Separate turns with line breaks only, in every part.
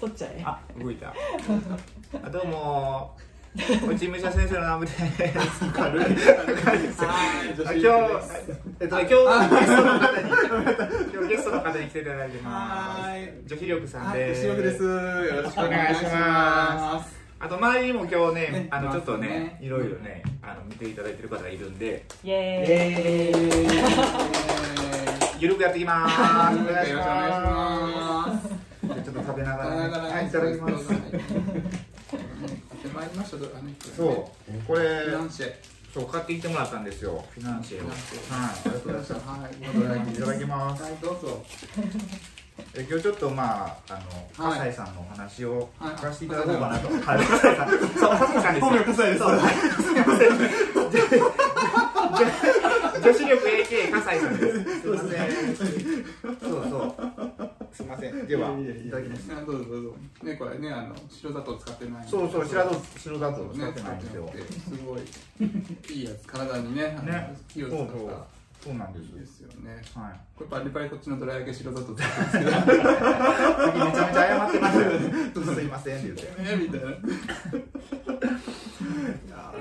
取っちゃえ
あ、動いた。あどうもー。落ち武者先生のナムです。軽い。軽いですよあ今日、えっと、今日、ゲストの方に、今日ゲストの方に来ていただいてま
はーい
す。女飛力さん
はい、
です。
岸本です。よろしくお願いし
お願
ます。
あと、周りにも今日ね
ね、
あの、ちょっと
います
ね
ね、
いろいろね、あの、見ていただいてる方がいるんで、
イエーイ
え
ゆるくやっていきま
ー
ーす。
よろしくお願いします。
す。じゃあちょっと食べなが
な
らね、
かなか
はい、いただきます
買。ってまいりました。あの
そう、これ、
フィナンシェ。
そう、買ってきてもらったんですよ。フィナンシェを。
フィ
は
ナ
い
ンシェ、
ありがとうございます。
はい、
いただきます
はい、どうぞ。
え今日ちょっとまああの、
はい
笠井さんのお話を
はい
聞かせていただこうかなと、はい、笠井さんそう笠井さんですよ
笠井です
そうはい女子力 AK 笠井さんですすいませんそうそうすいませんではい
や
いただきます
あどうぞどうぞ。ね、これね、あの白砂糖使ってないんで。
そうそう白砂糖白砂糖使
ね
っ、てないんですよ、
すごいいいやつ体にねあの
ね
火を
そ
使
う
っ
そうそうなんで
たいいですすよね
はい
これパリパリこっちのどら焼き白砂糖使っ
さっきめちゃめちゃ謝ってましたよすいませんって言って
てねみたい な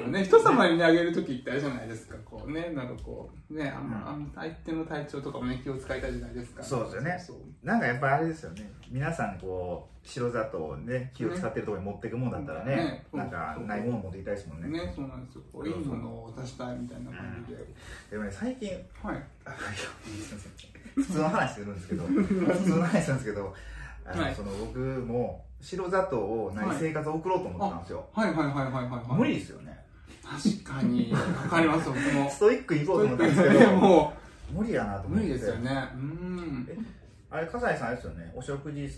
ね、人様にねあげる時ってあれじゃないですかこうねなんかこうねあんま、あんま相手の体調とかもね気を使いたいじゃないですか
そうですよね
そう
なんかやっぱりあれですよね皆さんこう白砂糖をね気を使ってるところに持っていくもんだったらね
ね
なんかないもの持っていたいですもんね
ねそうなんですよこういいものを出したいみたいな感じで、
でもね最近
はい
あいやすいません普通の話するんですけど普通の話するんですけどあの、
はい
その僕も白砂糖をない生活を送ろうと思ったんですよ、
はいはいはいはいはいはい
無理ですよね
確かにわかります僕も
ストイック行こうと思ったんですけ
いや
ど
もう
無理やなと思っ
無
て
理ですよねうん
えあれ笠井さんあれですよねお食事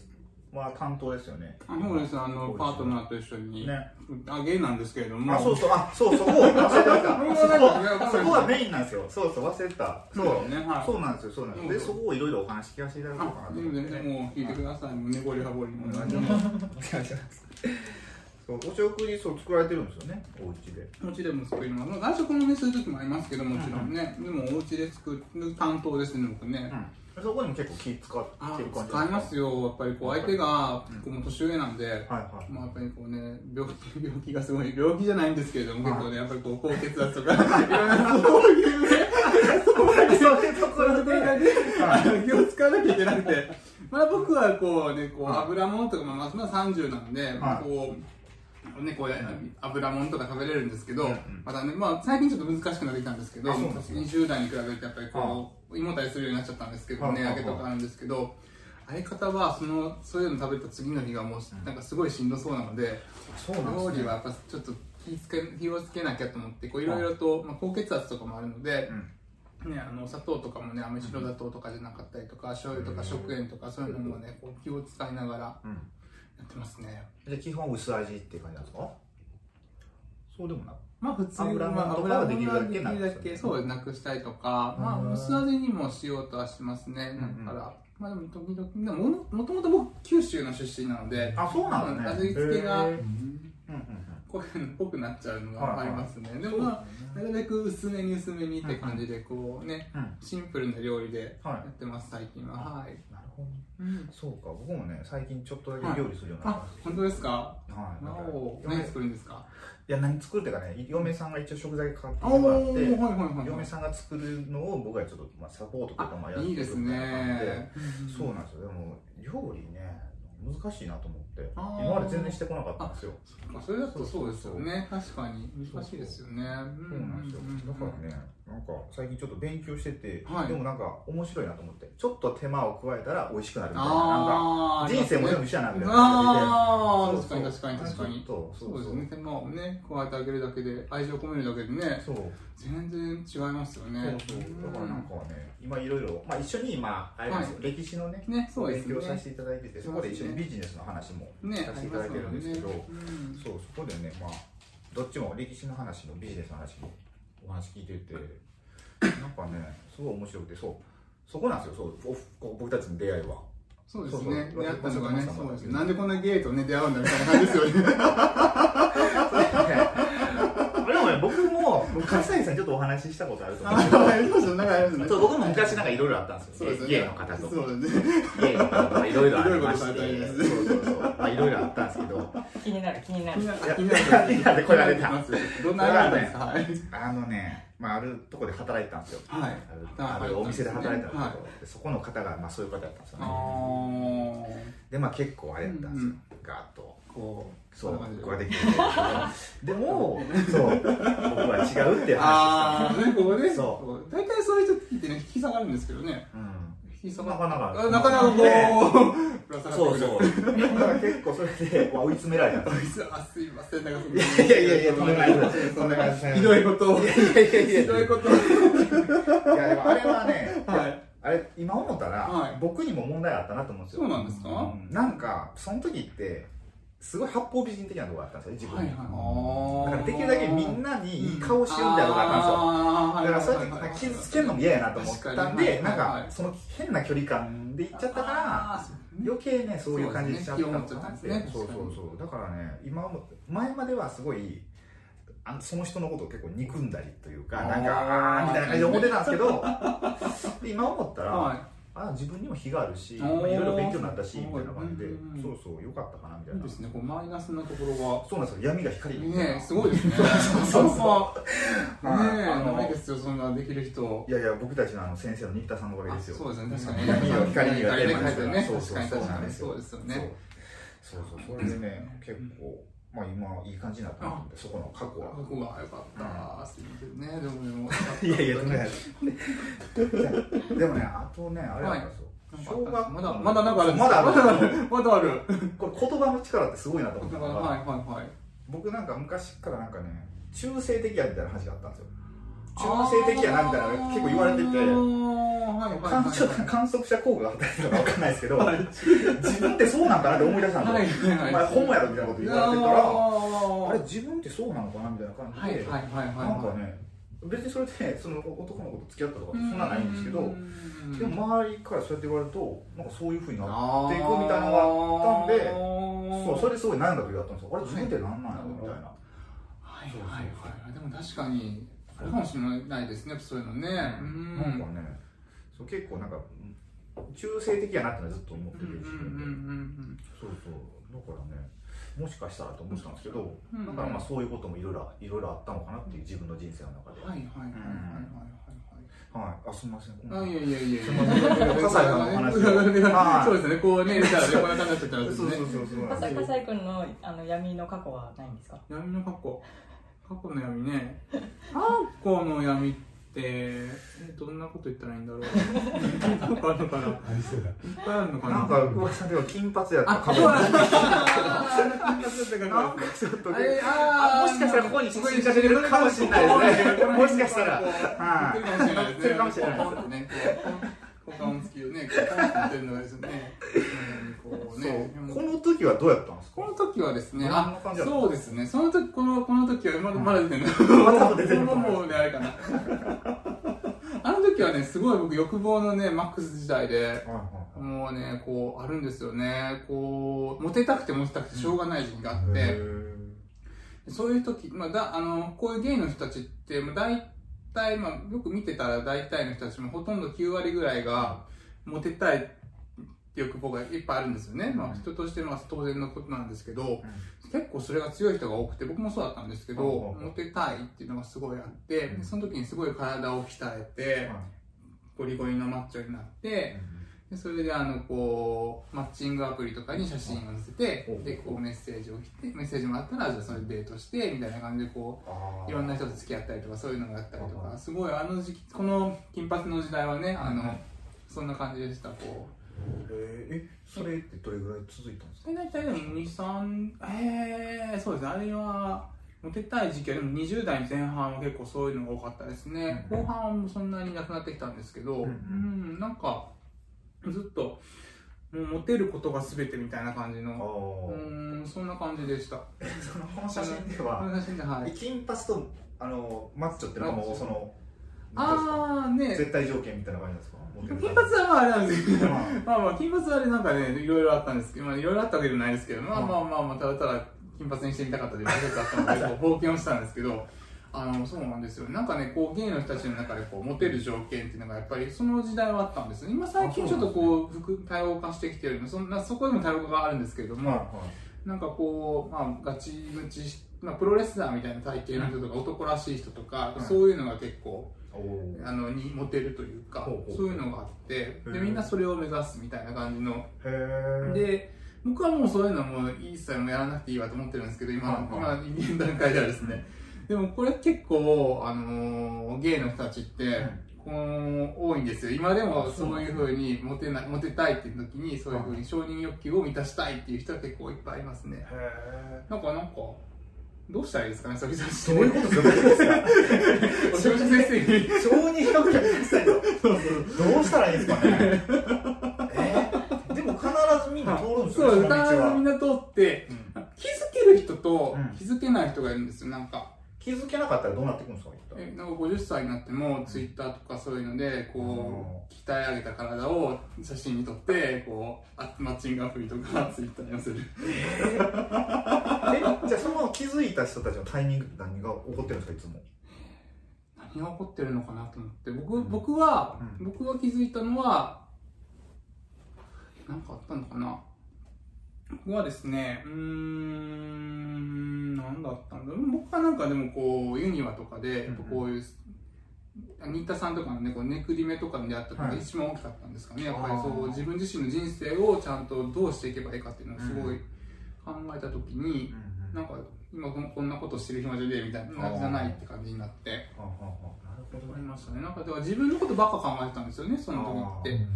は担当ですよね
あそうですあの
そうです
パートナーと一緒に
ね
あゲイなんですけれども
あ、そうそう、あ、そうそう、忘れて た。そこは、そこはメインなんですよ。そうそう、忘れてた。そう、
そうだよねはい
そうなんですよ、そうなんですよ。で、そこをいろいろお話聞かせていただこうかな
あ
と
で
思
も
って。
全然もう聞いてくださいもうねごりはぼりも何で
う
も
そう、お食事、そう、作られてるんですよね。お家で。
お家でも作るのはまあ外食もねする時もありますけどもちろんねでもお家で作る担当ですね僕ね
うん。そこにも結構気使っ
あ
てる感じ。
使います
よ。
よやっぱりこう相手が僕も年上なんで
はいはい。
まあやっぱりこうね病気 病気がすごい病気じゃないんですけれども
はい
結構ねやっぱりこう高血圧とかいろんなそういうね
そういうとこ
そういう
ろ
とこ
で。
ろがね、あの気を使わなきゃいけなく て、まあ、僕はこうね、こう
はい
油もんとか、まあ、まあ30なんで、
はい
こう。ね、こうや油もんとか食べれるんですけど、
うんうん
またね、まあ、最近ちょっと難しくなってきたんですけど、
あそうなんですね
20代に比べてやっぱりこう、胃もたれするようになっちゃったんですけど、
はい
値
はい
上げとかあるんですけど、相方はそのそういうの食べた次の日がも
うん
うなんかすごいしんどそうなので、
そうなん
料
です
理
ね
はやっぱちょっと気をつけ気をつけなきゃと思ってこういろいろと、まあ、高血圧とかもあるので、
うん。
ね、あのお砂糖とかもねあんまり白砂糖とかじゃなかったりとか醤油とか食塩とかそういうのもねこう気を使いながらや
うん。
ってますね
で、基本薄味っていう感じなんですか。そうでもなく。
まあ普通
油も
まあ
油
油
は
は
で
で
き
き
る
る
だ
だ
け
け
なんですよね
そうなくしたりとかま
うん
あ薄味にもしようとはしますねだ
うんうん
からまあでも時々でもももともと僕九州の出身なので
あ、そうなんだね。
味付けが
へーうんうん
こういうのっぽくなっちゃうの
はい
は
は
あ
い
りますね
う
で
ん。
もま
そう
あ
で
なるべく薄めに薄めにって感じでこうね
すねうん。
シンプルな料理で
はい
やってます最近ははい、
なるほど。
うん
そうか、僕もね、最近ちょっとだけ料理するようになり
あ
まし
本当ですか
た。はい。なんか
なお
嫁
何作るんですか
いや、何作るっていうかね、嫁さんが一応食材買って
あ
もらっ
はい
て、
はいは
嫁
い
さんが作るのを僕がちょっとまあサポートとかまあや
あ
って
いい
る
です
みたいな感じで
ね
そうなんですよ。でも、料理ね、難しいなと思って、
あー
今まで全然してこなかったんですよ。
まあそれだとそうですよね確かに難しいですよね
そうなんですよ。だからね、なんか最近ちょっと勉強してて
は、い
でもなんか面白いなと思って、ちょっと手間を加えたら美味しくなるみたいな、なんか
ああ
人生も全部一緒やなみたいな
あー
そうそう
確かに確かに確かに
ちょっと
そうですね手間をね加えてあげるだけで愛情込めるだけでね
そう
全然違いますよ
そう
ね
そうだからなんかね今いろいろまあ一緒に今あれですよ歴史のね
ねそうで
勉
す
強さ
ね
せていただいててそこで一緒にビジネスの話も
ね
させていただいてるんですけど
ありますもんね
そうそこでねまあどっちも歴史の話もビジネスの話もお話聞いててなんかねすごい面白くてそうそこなんですよそうおこ僕たちの出会い は
そうで
そう
す
そう
ね出会ったのがね
そう
そうです
そう
なんでこんなゲイとね出会うんだみたいな感じですよね
でもね僕も僕笠井さんちょっとっとお話しした ことあると思うんですけど
あありますよなんかあり ます ね
そう僕も昔なんかいろいろあったんです
そう
よ、
で
ね
すよね
家の方とか
そうですね
家の方とかいろいろありまして
いろいろこと
そうそうそうまあいろいろあったんですけど
気になる気にな
みん
る
な
や
みんな
みんなで来られた
どんなあれなんです
あのね、まあ、あるとこで働いてたんですよ
かはいはい
ある
あ
あるお店で働いてたんですけど、
は
でそこの方が、まあ、そういう方だったんですよ
あ
ねでまあ結構あれやったんですよ、ガーッと
ーこう
そう
こんな感じ
僕はできるんだけどでもそう僕は違うっていう話
ああねここね
そ
そう大体そういう時ってね引き下がるんですけどね
ですよ、うん
引き下
な
が
かなか
あなかなかこ
ね
うぶら下がっ
そう
て
そ
くる
うだから結構それでわ追い詰められたんですよ
あいつあすいませんなんかその
い やいやいやいやとんでもないとん でもないです
ひどいことを
いやいやいや
ひどいことを
いやでもあれはね、
はい
あれ今思ったら、
はい
僕にも問題あったなと思うんですよ
そうなんですか
んなんかその時ってすごい八方美人的なとこがあったんですよ自分に、だからできるだけみんなにいい顔しようみたいなとこがあったんですよ、
あ
だからそうやってなんか傷つけるのも嫌やなと思ったんで、
確か
なん
にはいはい
かその変な距離感でいっちゃったから、余計ねそういう感じにしちゃったのかなって
そうですね
そうそうそうだからね今も前まではすごいあその人のことを結構憎んだりというかなんかあ
あ
あ
ー
ーみたいな感じで思ってたんですけどで今思ったら、
は
あ自分にも非があるし
お
まあ
ー
いろいろ勉強になったしみたいな感じで、
うんうんうん
そうそうよかったかなみた
い
い
いい
な
ですねこうマイナスなところ
そうなんですよ闇が光
が
るみたいな
ねすごいですね
そう
そうねえ
あの
ないですよそんなできる人
いやいや僕たちのあの先生の新田さんのおかげですよ
あそうですね確かに
闇が光にがテーマですから
光ね
そうそう
確かに
そうなんですよ
そうですよね
そうそうそうそれでね結構まあ今いい感じになったなと思ってそこの過去は
僕はよかったすいませんねでもでも
いやいや、とんでもないです。でもね、あとね、あれなんですよ。 小学校
まだまだなんかある
まだある
まだある
これ言葉の力ってすごいなと思った
はい
のが、
はいはい
僕なんか昔からなんかね、中性的やみたいな話があったんですよ。中性的やなみたいなの結構言われてて、観測観測者効果が働いてるのか分かんないですけど、自分ってそうなんかなって思い出したんですよ。お前、本やろみたいなこと言われてたら、あれ、自分ってそうなのかなみたいな感じで、なんかね、別にそれでその男の子と付き合ったとか、そんなないんですけど、でも周りからそうやって言われるとなんかそういうふうになっていくみたいなのがあったんでそうそれですごい悩んだ時があったんですよあれ自分って何なんやろみたいな
はいはいはいでも確かにあるかもしれないですねそういうのねうん
なんかねそう結構なんか中性的やなってのはずっと思って
うん
る自分で
うん
そうそうだからねもしかしたらと思ってたんですけど
うんうん
だからまあそういうこともいろいろいろいろあったのかなっていう自分の人生の中
う
で
んはいはいはいはい
はいあすみませんこんな
はいはいあいやいやいやそうですねこうねたらねこんな感じになっちゃったらです
そう
ね
そうそうそう
笠井笠井君のあの闇の過去はないんですか
闇の過去過去の闇ね過去の闇ってえどんなこと言ったらいいんだろうなんかあるのかないっぱいあるのかな
なんか噂では金髪やった
あ
か
過
も
去は あ
なんかちょっと
あ
あもしかしたらここに写真が出てるかもしれないですね。もしかしたら。
はい
はい。
出
出
て
て
る
る
か
か
も
も
し
し
れ
れ
ない
ない
ポ
です
ンポンってねこう股間をつきをねこうポンって出てるのがですねこうね
この時はどうやったんですか
この時はですね、
どん
あ
な感じだった
そうですね、その時このこの時はまだまだ出てる
まだ出てる
もうもうねあれかな。あの時はね、すごい僕欲望のねマックス時代で、
はいはいはい
もうねこうあるんですよね、こうモテたくてモテたくてしょうがない時期があっ
へ
て、
ー
そういう時まあだあのこういうゲイの人たちってまあ大体まあよく見てたら大体の人たちもほとんど9割ぐらいがモテたいっていう欲望がいっぱいあるんですよね。まあ人としてまあ当然のことなんですけど。結構それが強い人が多くて僕もそうだったんですけど
うんうんうん
モテたいっていうのがすごいあって
うん
その時にすごい体を鍛え
うん
て
は
ゴリゴリのマッチョになっ
い
てでそれであのこうマッチングアプリとかに写真を載せて
うん
でこうメッセージを来てメッセージもらったらじゃあそれでデートしてみたいな感じでこ
あー
ういろんな人と付き合ったりとかそういうのがあったりと
うんう
か
ん
すごいあの時期この金髪の時代はねあ
うんう
の
ん
そんな感じでしたこう
えーえそれってどれぐらい続いたんですか
それ大体でも23ええそうですねあれはモテたい時期はでも20代前半は結構そういうのが多かったですね、
うん
後半はもうそんなになくなってきたんですけど
う
うんん、なんかずっともうモテることが全てみたいな感じ
あ
のう
ー
ーんそんな感じでした
そのこの写真で
こ
は
の写真ではい
金髪とあのマッチョってのはもうそのなんてい
ああ
うんですか
ね
絶対条件みたいな感じなんですかモテる
金髪はまああれなんですけど
まあ
まあまあ、金髪はあれなんかね、いろいろあったんですけど、まあいろいろあったわけじゃないですけど、まあ
うん
まあまあまあ、ただただ金髪にしてみたかったという一つあったので、こう冒険をしたんですけど、あのそうなんですよなんかねこう芸の人たちの中でこうモテる条件っていうのがやっぱりその時代はあったんですね今最近
あ
ち
そ
ょ
うな
っ
ん
と
ですね
こう複多様化してきてるのそんなそこでも多様化があるんですけれども、なんかこう、まあ、ガチムチし、まあ、プロレスラーみたいな体型の人とか、男らしい人とか、
うん
そういうのが結構
おー
あのにモテるというか
ほうほう
そういうのがあって
う
で
ん
みんなそれを目指すみたいな感じの、
へえ
で僕はもうそういうのも一切もうやらなくていいわと思ってるんですけど今,、
は
今現段階ではですね、でもこれ結構、あのーゲイの人たちって、この多いんですよ今でもそういうふうにモテないモテたいっていう時にそういうふうに承認欲求を満たしたいっていう人は結構いっぱいいますね
へ
なんかなんかどうしたらいいですかね先々
えどういうことですか
お仕事先生に
承認欲求満たしたいとどうしたらいいですか ねえでも必ずみんな通るんです
そ
よ
う、
ね
必ずみん
は
な通って、
うん
気づける人と
うん
気づけない人がいるんですよ、なんか。
気づけなかったらどうなっていくんですか一体
えなんか50歳になっても、ツイッターとかそういうので、こう、鍛え上げた体を写真に撮って、こう、あマッチングアプリとかツイッターに載せる。
えじゃあその気づいた人たちのタイミングって何が起こってるんですかいつも
何が起こってるのかなと思って、僕、
うん
僕は、
う
僕が気づいたのは、なんかあったのかな僕はですね、うーん、なんだったんだろう僕はなんかでもこう、ユニワとかで、やっぱこういう、新田さんとかのね、こうネクリメとかに出会ったのが
はい
一番大きかったんですかね、やっぱ
あ
り
ー
そう、自分自身の人生をちゃんとどうしていけばいいかっていうのをすごい考えたときに、
うん
なんか、今こんこんなことしてる暇じゃねえみたいな、じゃないって感じになって。
はあはあはあなるほど
あり
ね
ましたね。なんか、だから自分のことばっか考えてたんですよね、その時って。
うん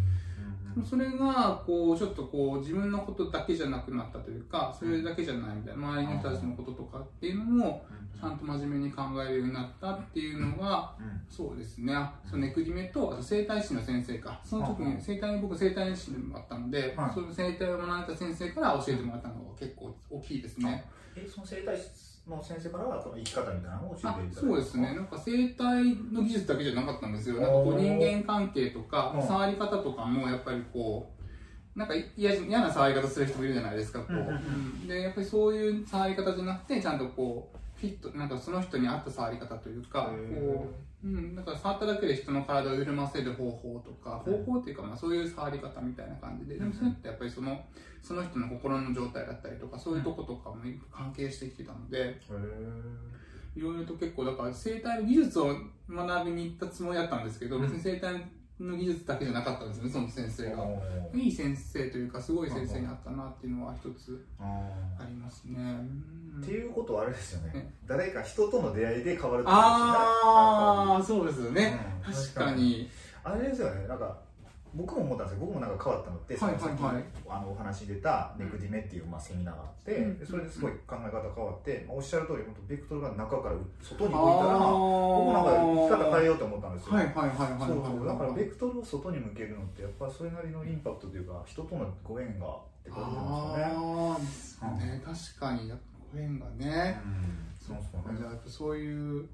それが、こう、ちょっとこう、自分のことだけじゃなくなったというか、それだけじゃないみたいな、周りの人たちのこととかっていうのも、ちゃんと真面目に考えるようになったっていうのが、
うん
そうですね。あそのネクリメと、あと生体師の先生か。その時
ああ
に、生体に僕、生体師でもあったので
はい、
その生体を学んだ先生から教えてもらったのが結構大きいですね。
えその生体師の先生からその生き方みたいなのを教えていただ
あ
いた
そうですね、なんか生体の技術だけじゃなかったんですよ、なんかこ
お
う人
ー
間関係とか
う、ん
触り方とかもやっぱりこう、なんか嫌じ嫌な触り方する人もいるじゃないですか、こう、
うんうんうん
うんでやっぱりそういう触り方じゃなくて、ちゃんとこう、フィット、なんかその人に合った触り方というか、
へー
こう、うん、なんか触っただけで人の体を緩ませる方法とか、
うん
方法っていうか、まあ、そういう触り方みたいな感じで、でもそれってやっぱりそのその人の心の状態だったりとか、そういうとことかも関係してきてたので。
へえ
いろいろと結構だから生態の技術を学びに行ったつもりだったんですけど、
うん
別に生態の技術だけじゃなかったんですよねその先生が。いい先生というかすごい先生になったなっていうのは一つありますね。うん
っていうことはあれですよね
ね
誰か人との出会いで変わるってこと
ああそうですよ
ですよね
ね。
うん
確かに。
あれですよね、なんか僕も思ったんですよ、僕もなんか変わったのって、
はいはいはい
その先にあのお話に出たネクディメっていう、まあ、セミナーがあって、
うん
でそれですごい考え方変わって、まあ、おっしゃる通り、本当ベクトルが中から外
あ
に
あ
向いたら、僕もなんか生き方変え
はい
ようと思ったんですよ。
はいはいはい
そ
は
う
い。
そうだからベクトルを外に向けるのってやっぱそれなりのインパクトというか人とのご縁がってことなんですよね。
ああですよね確かにやっぱご縁がね。
うん、そうそう
じ
ね
ゃあやっぱそういう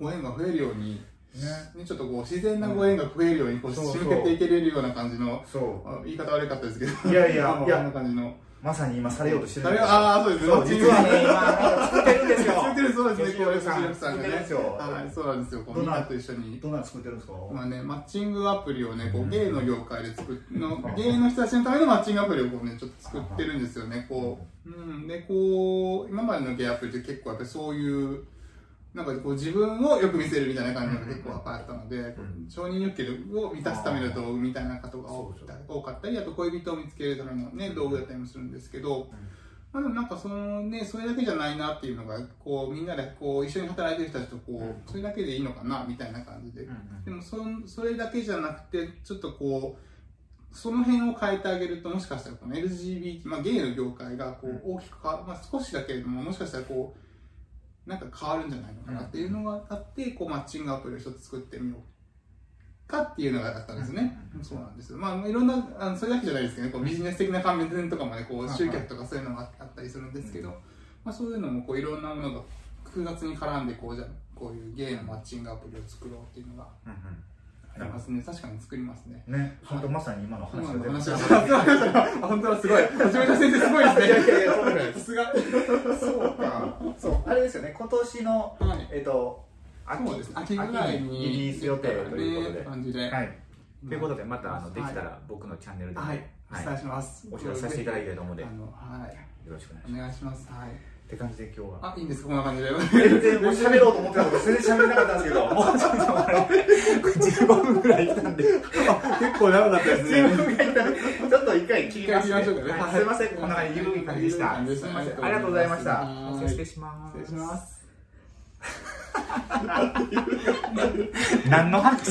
ご縁が増えるように。
ね
ね、ちょっとこう自然なご縁が増えるようにこう
そうそう
仕向けていけれるような感じの
そ
あ言い方悪かったですけど
ういやい
まあ
や
まあ
い
こん
や
な感じの
まさに今されようとしてるんですよ
ああそうです
そう実は ね今なんか作ってるんですよ
作ってるそうですね
吉岡さん
こう吉岡さんがね
作ってるんですよ
はいそうなんですよこ
ど
う
ん
みん
な
なと一緒に
どんなの作ってるんですか、
まあねマッチングアプリをねこう芸の業界で作っの芸の人たちのためのマッチングアプリをこうねちょっと作ってるんですよねこううんでこう今までの芸アプリって結構やっぱりそういうなんかこう自分をよく見せるみたいな感じが結構あったので、
ん
承認欲求を満たすための道具みたいなことが多かった
そう
多かったりあと恋人を見つけるための、ね、道具だったりもするんですけど、まあ、でもなんかその、ね、それだけじゃないなっていうのがこうみんなでこう一緒に働いてる人たちとこう、
うん
それだけでいいのかなみたいな感じで、
うんうん
でもそんそれだけじゃなくてちょっとこうその辺を変えてあげるともしかしたらこの LGBT、まあ、ゲイの業界がこう大きく変わまあ、少しだけれどももしかしたらこうなんか変わるんじゃないのかなっていうのがあってこうマッチングアプリを一つ作ってみようかっていうのがあったんですね、
うん
そうなんですよまあいろんなあのそれだけじゃないですけどねこうビジネス的な関連とかもねこ
はいうはい
集客とかそういうのもああったりするんですけど、まあ、そういうのもこういろんなものが複雑に絡んでこうじゃこういうゲイのマッチングアプリを作ろうっていうのが
うんうん
ありますね。確かに作りますね。
ね、本当まさに今の話
今
が
の
出ま
話
し
は、
た。
本当はすごい。はじめた先生すごいですね。
いやいやいやそうなんで
さすが。
そうか。そう、あれですよね、今年の、
はい。
えっと、
秋
そうです秋ぐらいに
リリース予定ということで
ね感じで
はい。ということで、またあ
は
の
い
できたら僕のチャンネルでも、
はい、お伝えします。
お知らせさせていただきたいと思うので、
あ
よ
の、はい。
ろしくお願いし
お
ます。
願いします。はい。
って感じで今日は。
あ、いいんですかこんな感じで。
全然もう喋ろうと思ってたこと全然喋れなかったんですけど、もうちょっと15分ぐらい来たんで、
結構長かったですね。
ちょっと一回切ります、
一回切りましょうかね
はいすいません、こんな感じ、ゆるい感じでした。
緩い感じです
すいません、ありがとうございました。
はい
失礼しま
失礼
す
し。ます。
何の話